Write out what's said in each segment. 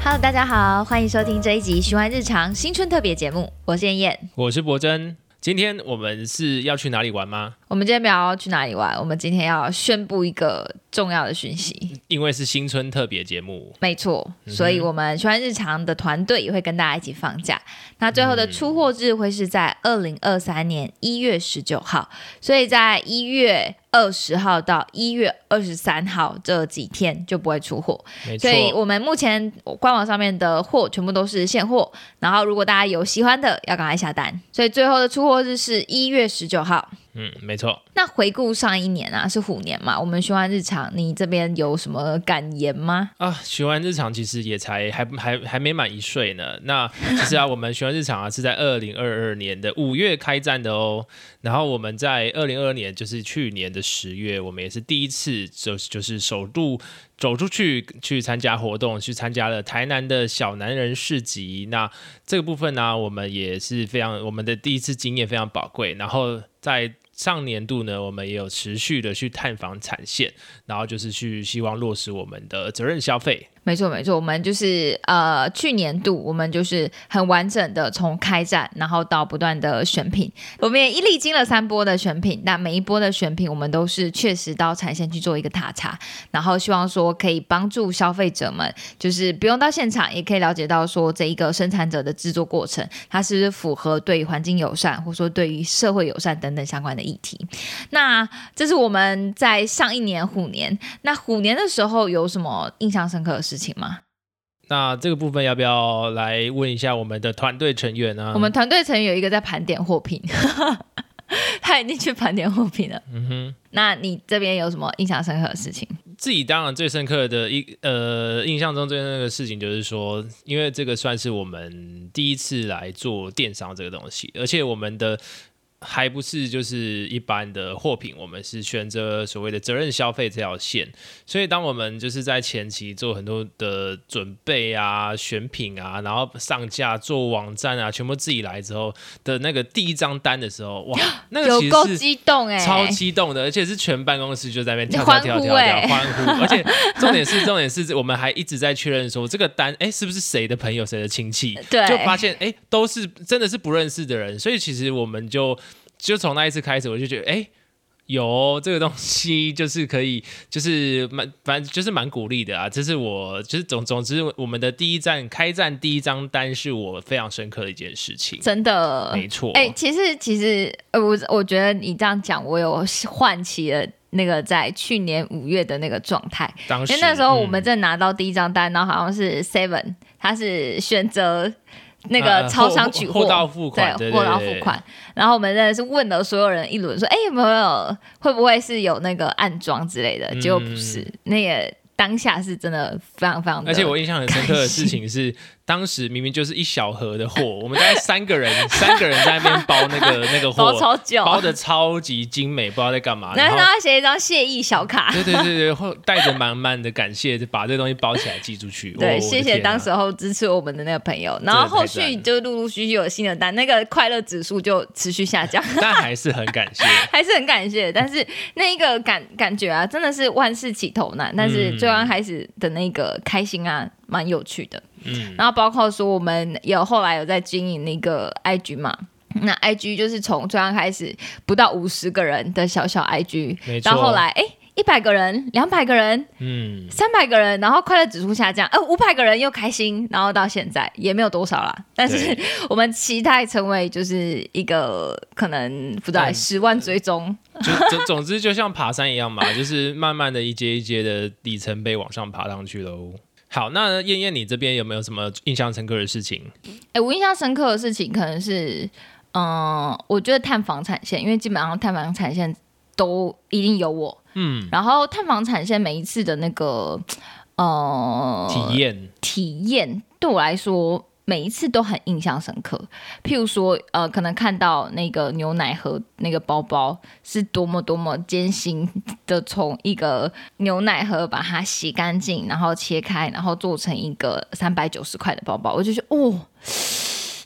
Hello，大家好，欢迎收听这一集《循环日常新春特别节目》，我是燕燕。我是博真。今天我们是要去哪里玩吗？我们今天不要去哪里玩，我们今天要宣布一个重要的讯息。因为是新春特别节目，没错，所以我们循环日常的团队也会跟大家一起放假。那最后的出货日会是在二零二三年一月十九号，所以在一月二十号到一月二十三号这几天就不会出货。没错所。以我们目前官网上面的货全部都是现货，然后如果大家有喜欢的，要赶快下单。所以最后的出货日是一月十九号。嗯，没错。那回顾上一年啊，是虎年嘛，我们循环日常，你这边有什么感言吗？啊，循环日常其实也才还还还没满一岁呢。那其实啊，我们循环日常啊是在二零二二年的五月开战的哦。然后我们在二零二二年，就是去年的十月，我们也是第一次就是就是首度走出去去参加活动，去参加了台南的小男人市集。那这个部分呢、我们也是非常我们的第一次经验非常宝贵。然后在上年度呢，我们也有持续的去探访产线，然后就是去希望落实我们的责任消费。没错，没错，我们就是呃，去年度我们就是很完整的从开战，然后到不断的选品，我们也一历经了三波的选品，但每一波的选品，我们都是确实到产线去做一个踏查，然后希望说可以帮助消费者们，就是不用到现场也可以了解到说这一个生产者的制作过程，它是不是符合对于环境友善，或说对于社会友善等等相关的议题。那这是我们在上一年虎年，那虎年的时候有什么印象深刻的事情吗？那这个部分要不要来问一下我们的团队成员呢？我们团队成员有一个在盘点货品， 他已经去盘点货品了。嗯哼，那你这边有什么印象深刻的事情？自己当然最深刻的一呃印象中最深刻的事情就是说，因为这个算是我们第一次来做电商这个东西，而且我们的还不是就是一般的货品，我们是选择所谓的责任消费这条线，所以当我们就是在前期做很多的准备啊、选品啊，然后上架、做网站啊，全部自己来之后的那个第一张单的时候，哇，那个有其够实是。激动哎、超激动的，而且是全办公室就在那边跳跳跳欢呼跳欸跳欢呼，而且重点是重点是我们还一直在确认说这个单哎、是不是谁的朋友谁的亲戚，对就发现哎、都是真的是不认识的人，所以其实我们就就从那一次开始我就觉得哎。有这个东西，就是可以， 就是蛮反正就是蛮鼓励的啊。这是我就是总总之，我们的第一站开站第一张单是我非常深刻的一件事情，真的，没错。哎、其实其实，呃，我我觉得你这样讲，我有唤起了那个在去年五月的那个状态，当时因为那时候我们嗯正拿到第一张单，然后好像是 Seven，它是选择那呃个呃超商货取货到付款对，对货对到付对款。然后我们真的是问了所有人一轮，说：“哎，有没有会不会是有那个暗装之类的？”结果不是，那个当下是真的非常非常的。嗯而且我印象很深刻的事 情是，当时明明就是一小盒的货，我们大概三个人，三个人在那边包 那个那个包货，超久，包的超级精美，不知道在干嘛。然然后后，让他写一张谢意小卡。对对对对，后带着满满的感谢，就把这东西包起来寄出去。哦对，我的谢谢天啊当时候支持我们的那个朋友，然后真的太后续赞了就陆陆续续有新的单，那个快乐指数就持续下降。但还是很感谢。还是很感谢，但是那一个感感觉啊，真的是万事起头难，但是嗯最刚开始的那个开心啊，蛮有趣的。嗯，然后包括说我们有后来有在经营那个 IG 嘛。那 IG 就是从最刚开始不到五十个人的小小 IG，没错。到后来哎一百个人、两百个人、 嗯，三百个人，然后快乐指数下降，呃，五百个人又开心，然后到现在也没有多少啦。但是 我们期待成为就是一个可能不知道嗯十万追踪，就总总之就像爬山一样嘛，就是慢慢的一阶一阶的里程碑往上爬上去喽。好，那燕燕你这边有没有什么印象深刻的事情？哎、我印象深刻的事情可能是，嗯，我觉得探访产线，因为基本上探访产线都一定有我，嗯，然后探访产线每一次的那个，呃，体验。体验对我来说。每一次都很印象深刻，譬如说，呃，可能看到那个牛奶盒那个包包是多么多么艰辛的，从一个牛奶盒把它洗干净，然后切开，然后做成一个三百九十块的包包，我就觉得，哦，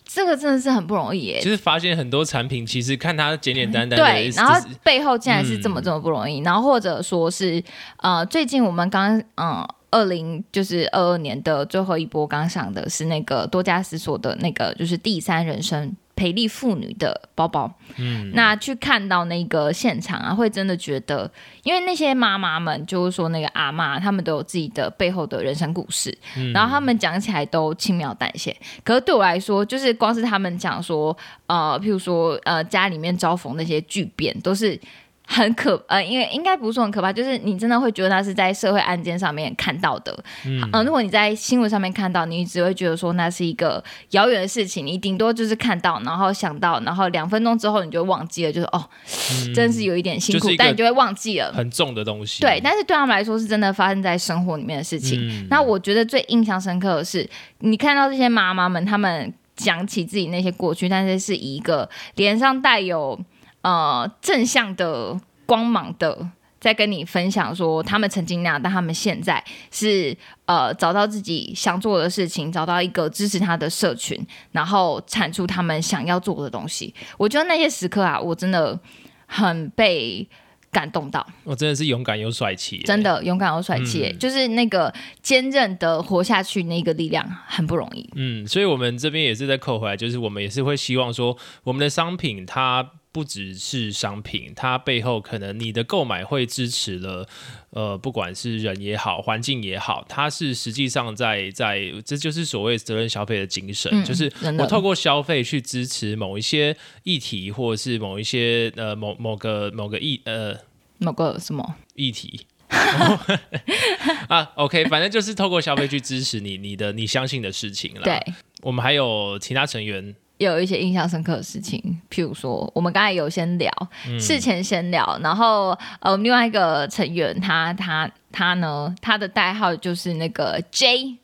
这个真的是很不容易耶就。是发现很多产品，其实看它简简单单的，对，然后只是背后竟然是这么这么不容易，然后或者说是呃，最近我们刚嗯、呃二零就是二二年的最后一波刚上的是那个多加思索的那个就是第三人生。培力妇女的包包，嗯，那去看到那个现场啊，会真的觉得，因为那些妈妈们，就是说那个阿妈，她们都有自己的背后的人生故事，嗯然后她们讲起来都轻描淡写。可是对我来说，就是光是她们讲说，呃，譬如说，呃，家里面遭逢那些巨变，都是很可，呃，因为应该不是说很可怕，就是你真的会觉得那是在社会案件上面看到的，嗯、呃，如果你在新闻上面看到，你只会觉得说那是一个遥远的事情，你顶多就是看到，然后想到，然后两分钟之后你就忘记了，就是哦，真是有一点辛苦，就是一个但你就会忘记了。嗯很重的东西。对，但是对他们来说是真的发生在生活里面的事情。嗯那我觉得最印象深刻的是，你看到这些妈妈们，她们讲起自己那些过去，但是是以一个脸上带有呃正向的光芒的，在跟你分享说，他们曾经那样，但他们现在是呃找到自己想做的事情，找到一个支持他的社群，然后产出他们想要做的东西。我觉得那些时刻啊，我真的很被感动到。我真的是勇敢又帅气耶，真的勇敢又帅气耶、嗯就是那个坚韧的活下去那个力量很不容易。嗯，所以我们这边也是在扣回来，就是我们也是会希望说，我们的商品它不只是商品，它背后可能你的购买会支持了，呃，不管是人也好，环境也好，它是实际上在在，这就是所谓责任消费的精神，嗯就是真的我透过消费去支持某一些议题，或者是某一些呃某某个某个议呃某个什么，议题。 啊，OK，反正就是透过消费去支持你你的你相信的事情啦。对，我们还有其他成员，有一些印象深刻的事情，譬如说我们刚才有先聊，嗯事前先聊，然后呃，我们另外一个成员他他他呢，他的代号就是那个 J。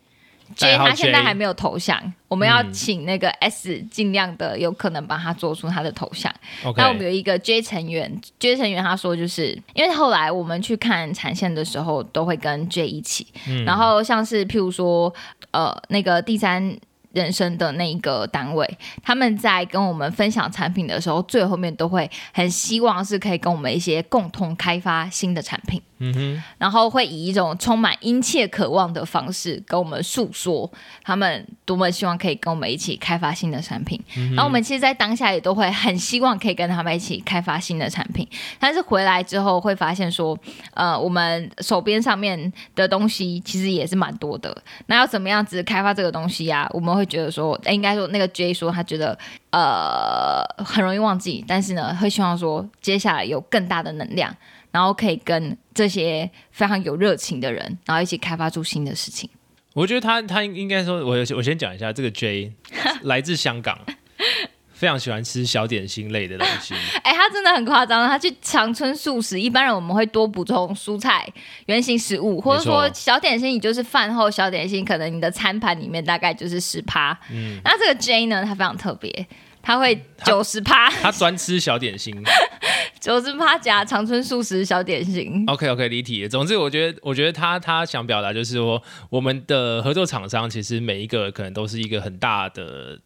J 代号他现在 J 还没有头像，我们要嗯请那个 S 尽量的有可能帮他做出他的头像。 OK，那我们有一个 J 成员，J 成员他说，就是因为后来我们去看产线的时候，都会跟 J 一起，然后像是譬如说，呃，那个第三。人生的那一个单位，他们在跟我们分享产品的时候，最后面都会很希望是可以跟我们一些共同开发新的产品，嗯哼，然后会以一种充满殷切渴望的方式跟我们诉说他们多么希望可以跟我们一起开发新的产品。然后我们其实，在当下也都会很希望可以跟他们一起开发新的产品，但是回来之后会发现说，呃，我们手边上面的东西其实也是蛮多的。那要怎么样子开发这个东西呀、我们会觉得说，诶应该说那个 J 说他觉得呃很容易忘记，但是呢，会希望说接下来有更大的能量。然后可以跟这些非常有热情的人，然后一起开发出新的事情。我觉得他他应该说，我我先讲一下这个 J 来自香港，非常喜欢吃小点心类的东西，哎，他真的很夸张，他去长春素食，一般人我们会多补充蔬菜、原型食物，或者说没错小点心，你就是饭后小点心，可能你的餐盘里面大概就是十趴。嗯，那这个 J 呢，他非常特别。他会九十趴，他专吃小点心。九十趴加长春素食小点心， OK OK，离题了。总之，我觉得我觉得他他想表达就是说，我们的合作厂商其实每一个可能都是一个很大的。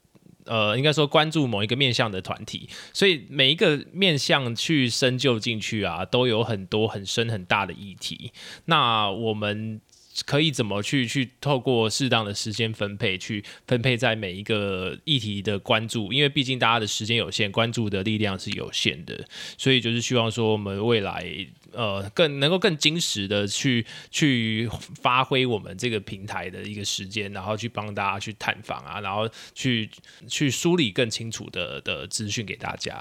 呃，应该说关注某一个面向的团体，所以每一个面向去深究进去啊，都有很多很深很大的议题。那我们可以怎么去去透过适当的时间分配，去分配在每一个议题的关注？因为毕竟大家的时间有限，关注的力量是有限的，所以就是希望说我们未来呃更能够更精实的去去发挥我们这个平台的一个时间，然后去帮大家去探访啊，然后去去梳理更清楚的的资讯给大家。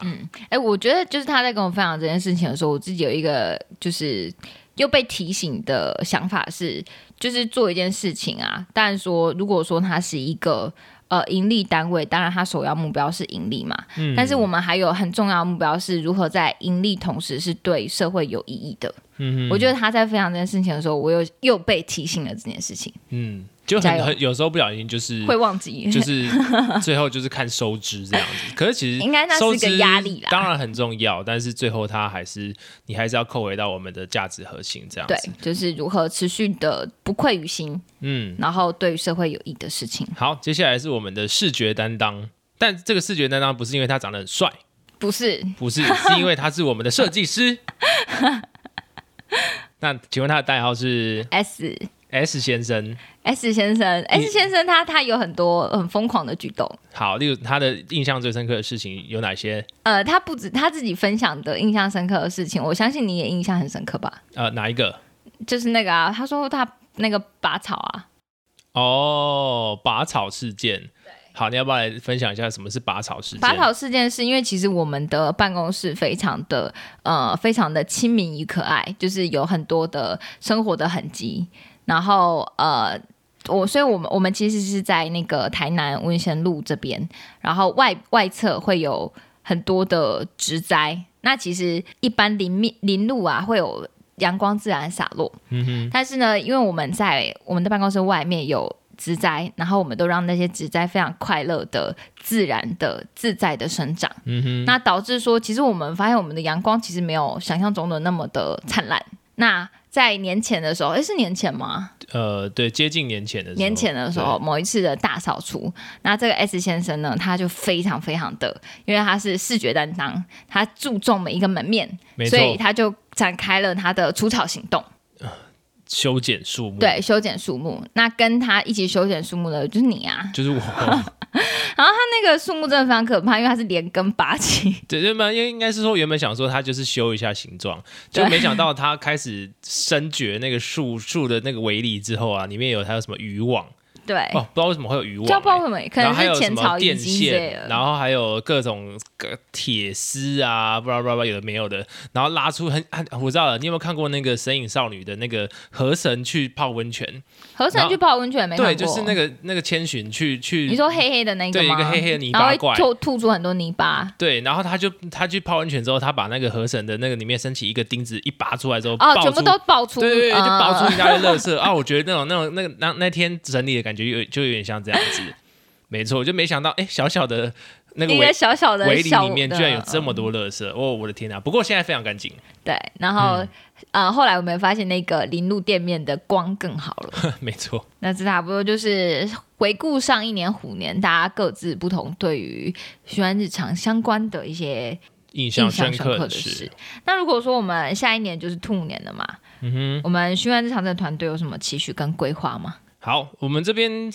哎、我觉得就是他在跟我分享这件事情的时候，我自己有一个就是又被提醒的想法是，就是做一件事情啊，当然说如果说它是一个。呃，盈利单位当然，它首要目标是盈利嘛。嗯、但是我们还有很重要的目标是如何在盈利同时是对社会有意义的。嗯、我觉得他在分享这件事情的时候，我又又被提醒了这件事情，嗯，就加很油很有时候不小心就是会忘记。嗯就是 最后就是看收支这样子。可是其实应该那是收个支压力啦当然很重要，但是最后它还是你还是要扣回到我们的价值核心这 样对子。，就是如何持续的不愧于心，嗯，然后对于社会有益的事情。好，接下来是我们的视觉担当，但这个视觉担当不是因为他长得很帅，不是，不是，是因为他是我们的 设计师。那请问他的代号是 S S 先生， S 先生，S 先生他他有很多很疯狂的举动。好，例如他的印象最深刻的事情有哪些？呃，他不止他自己分享的印象深刻的事情，我相信你也印象很深刻吧？呃，哪一个？就是那个啊，他说他那个拔草啊，哦，拔草事件。好，你要不要来分享一下什么是拔草事件？拔草事件是因为其实我们的办公室非常的呃非常的亲民与可爱，就是有很多的生活的痕迹，然后呃。我，所以我们我们其实是在那个台南文贤路这边，然后外外侧会有很多的植栽。那其实一般林面林路啊，会有阳光自然洒落，嗯哼，但是呢，因为我们在我们的办公室外面有植栽，然后我们都让那些植栽非常快乐的、自然的、自在的生长。嗯哼，那导致说，其实我们发现我们的阳光其实没有想象中的那么的灿烂。那在年前的时候，诶，是年前吗？呃，对，接近年前的时候年前的时候，某一次的大扫除，那这个 S 先生呢，他就非常非常的，因为他是视觉担当，他注重每一个门面，没所以错，他就展开了他的除草行动。修剪树木，，对，修剪树木。那跟他一起修剪树木的就是你啊。就是我，那个树木真的非常可怕，因为它是连根拔起。 对对嘛，因为应该是说原本想说他就是修一下形状，对就没想到他开始深掘那个树树的那个围篱之后啊，里面有还有什么渔网对，哦，不知道为什么会有渔网、哎就不知道欸为什么，可然能后还有是什前么朝遗电迹之类线，的。然后还有各种呃铁丝啊，不拉不拉不拉，有的没有的，然后拉出很很，我知道了，你有没有看过那个《神隐少女》的那个河神去泡温泉？河然神后去泡温泉没看过？对，就是那个那个千寻去去，你说黑黑的那个对吗？一个黑黑的泥然后巴会怪，吐吐出很多泥巴。对，然后他就他去泡温泉之后，他把那个河神的那个里面升起一个钉子，一拔出来之后，哦，爆全部出都爆出，对对对，就爆嗯出一 大堆垃圾啊！我觉得那种那种那个那那天整理的感觉有就有点像这样子，没错，我就没想到哎，小小的那个一个围小小的嗯围篱小里面居然有这么么多垃圾，哦，我的天哪！不过现在非常干净， 对，然后、嗯呃，后来我们发现那个林路店面的光更好了。没错，那这差不多就是回顾上一年虎年，大家各自不同对于学安日常相关的一些印象印象深深刻刻的的是事，。那如果说我们下一年就是兔年了嘛，嗯哼，我们学安日常这个团队有什么期许跟规划吗？好，我们这边。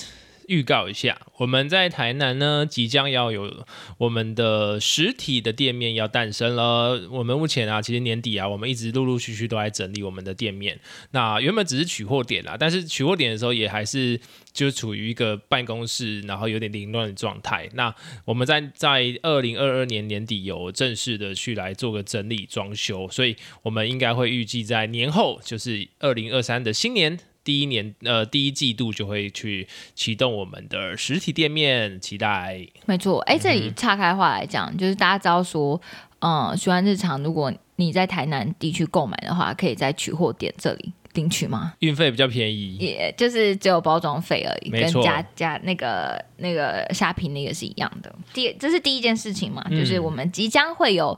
预告一下，我们在台南呢，即将要有我们的实体的店面要诞生了。我们目前啊，其实年底啊，我们一直陆陆续续都在整理我们的店面。那原本只是取货点啦，但是取货点的时候也还是就处于一个办公室，然后有点凌乱的状态。那我们在在二零二二年年底有正式的去来做个整理装修，所以我们应该会预计在年后，就是二零二三的新年。第一年，呃，第一季度就会去启动我们的实体店面，期待没错，哎，这嗯里岔开话来讲，就是大家知道说，嗯，学安日常如果你在台南地区购买的话，可以在取货点这里领取吗？运费比较便宜，也就是只有包装费而已，没跟错加加那个那个虾皮那个是一样的。第这是第一件事情嘛，嗯就是我们即将会有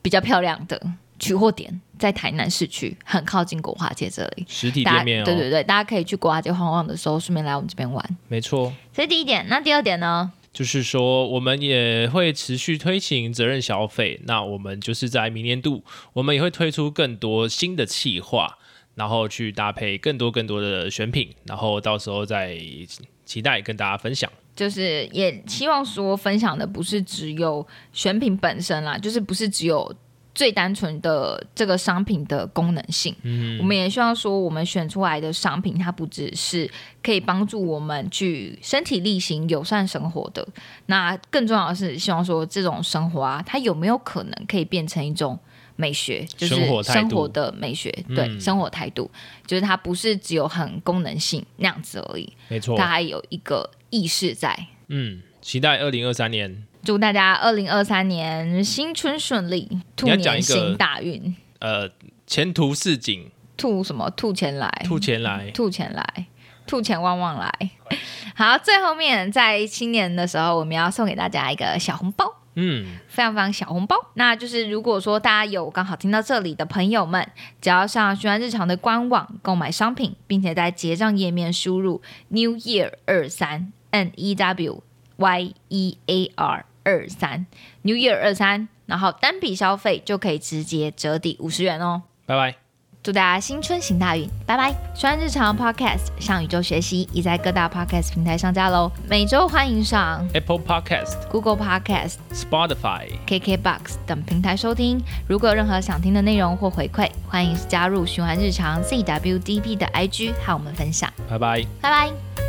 比较漂亮的取货点在台南市区，很靠近国华街这里。实体大家店面哦，对对对，大家可以去国华街晃晃的时候，顺便来我们这边玩。没错。这是第一点，那第二点呢？就是说，我们也会持续推行责任消费。那我们就是在明年度，我们也会推出更多新的企划，然后去搭配更多更多的选品，然后到时候再期待跟大家分享。就是也希望说分享的不是只有选品本身啦，就是不是只有最单纯的这个商品的功能性。嗯，我们也希望说我们选出来的商品，它不只是可以帮助我们去身体力行、友善生活的，那更重要的是希望说这种生活啊，它有没有可能可以变成一种。美学就是生活态度生活的美学，对、嗯生活态度，就是它不是只有很功能性那样子而已，没错，它还有一个意识在。嗯，期待二零二三年，祝大家二零二三年新春顺利，兔你要讲年一个行大运，呃，前途似锦，兔什么兔钱来，兔前来。兔钱来，兔钱旺旺来。好，最后面在新年的时候，我们要送给大家一个小红包。嗯，非常非常小红包。那就是如果说大家有刚好听到这里的朋友们，只要上学安日常的官网购买商品，并且在结账页面输入 New Year 二三 N E W Y E A R 二三 New Year 二三，然后单笔消费就可以直接折抵五十元哦。拜拜。祝大家新春行大运，拜拜！双安日常 Podcast 上宇宙学习已在各大 Podcast 平台上架喽，每周欢迎上 Apple Podcast、 Google Podcast、 Spotify。 KKBox 等平台收听。如果有任何想听的内容或回馈，欢迎加入循环日常 ZWDB 的 IG 和我们分享。拜拜。拜拜。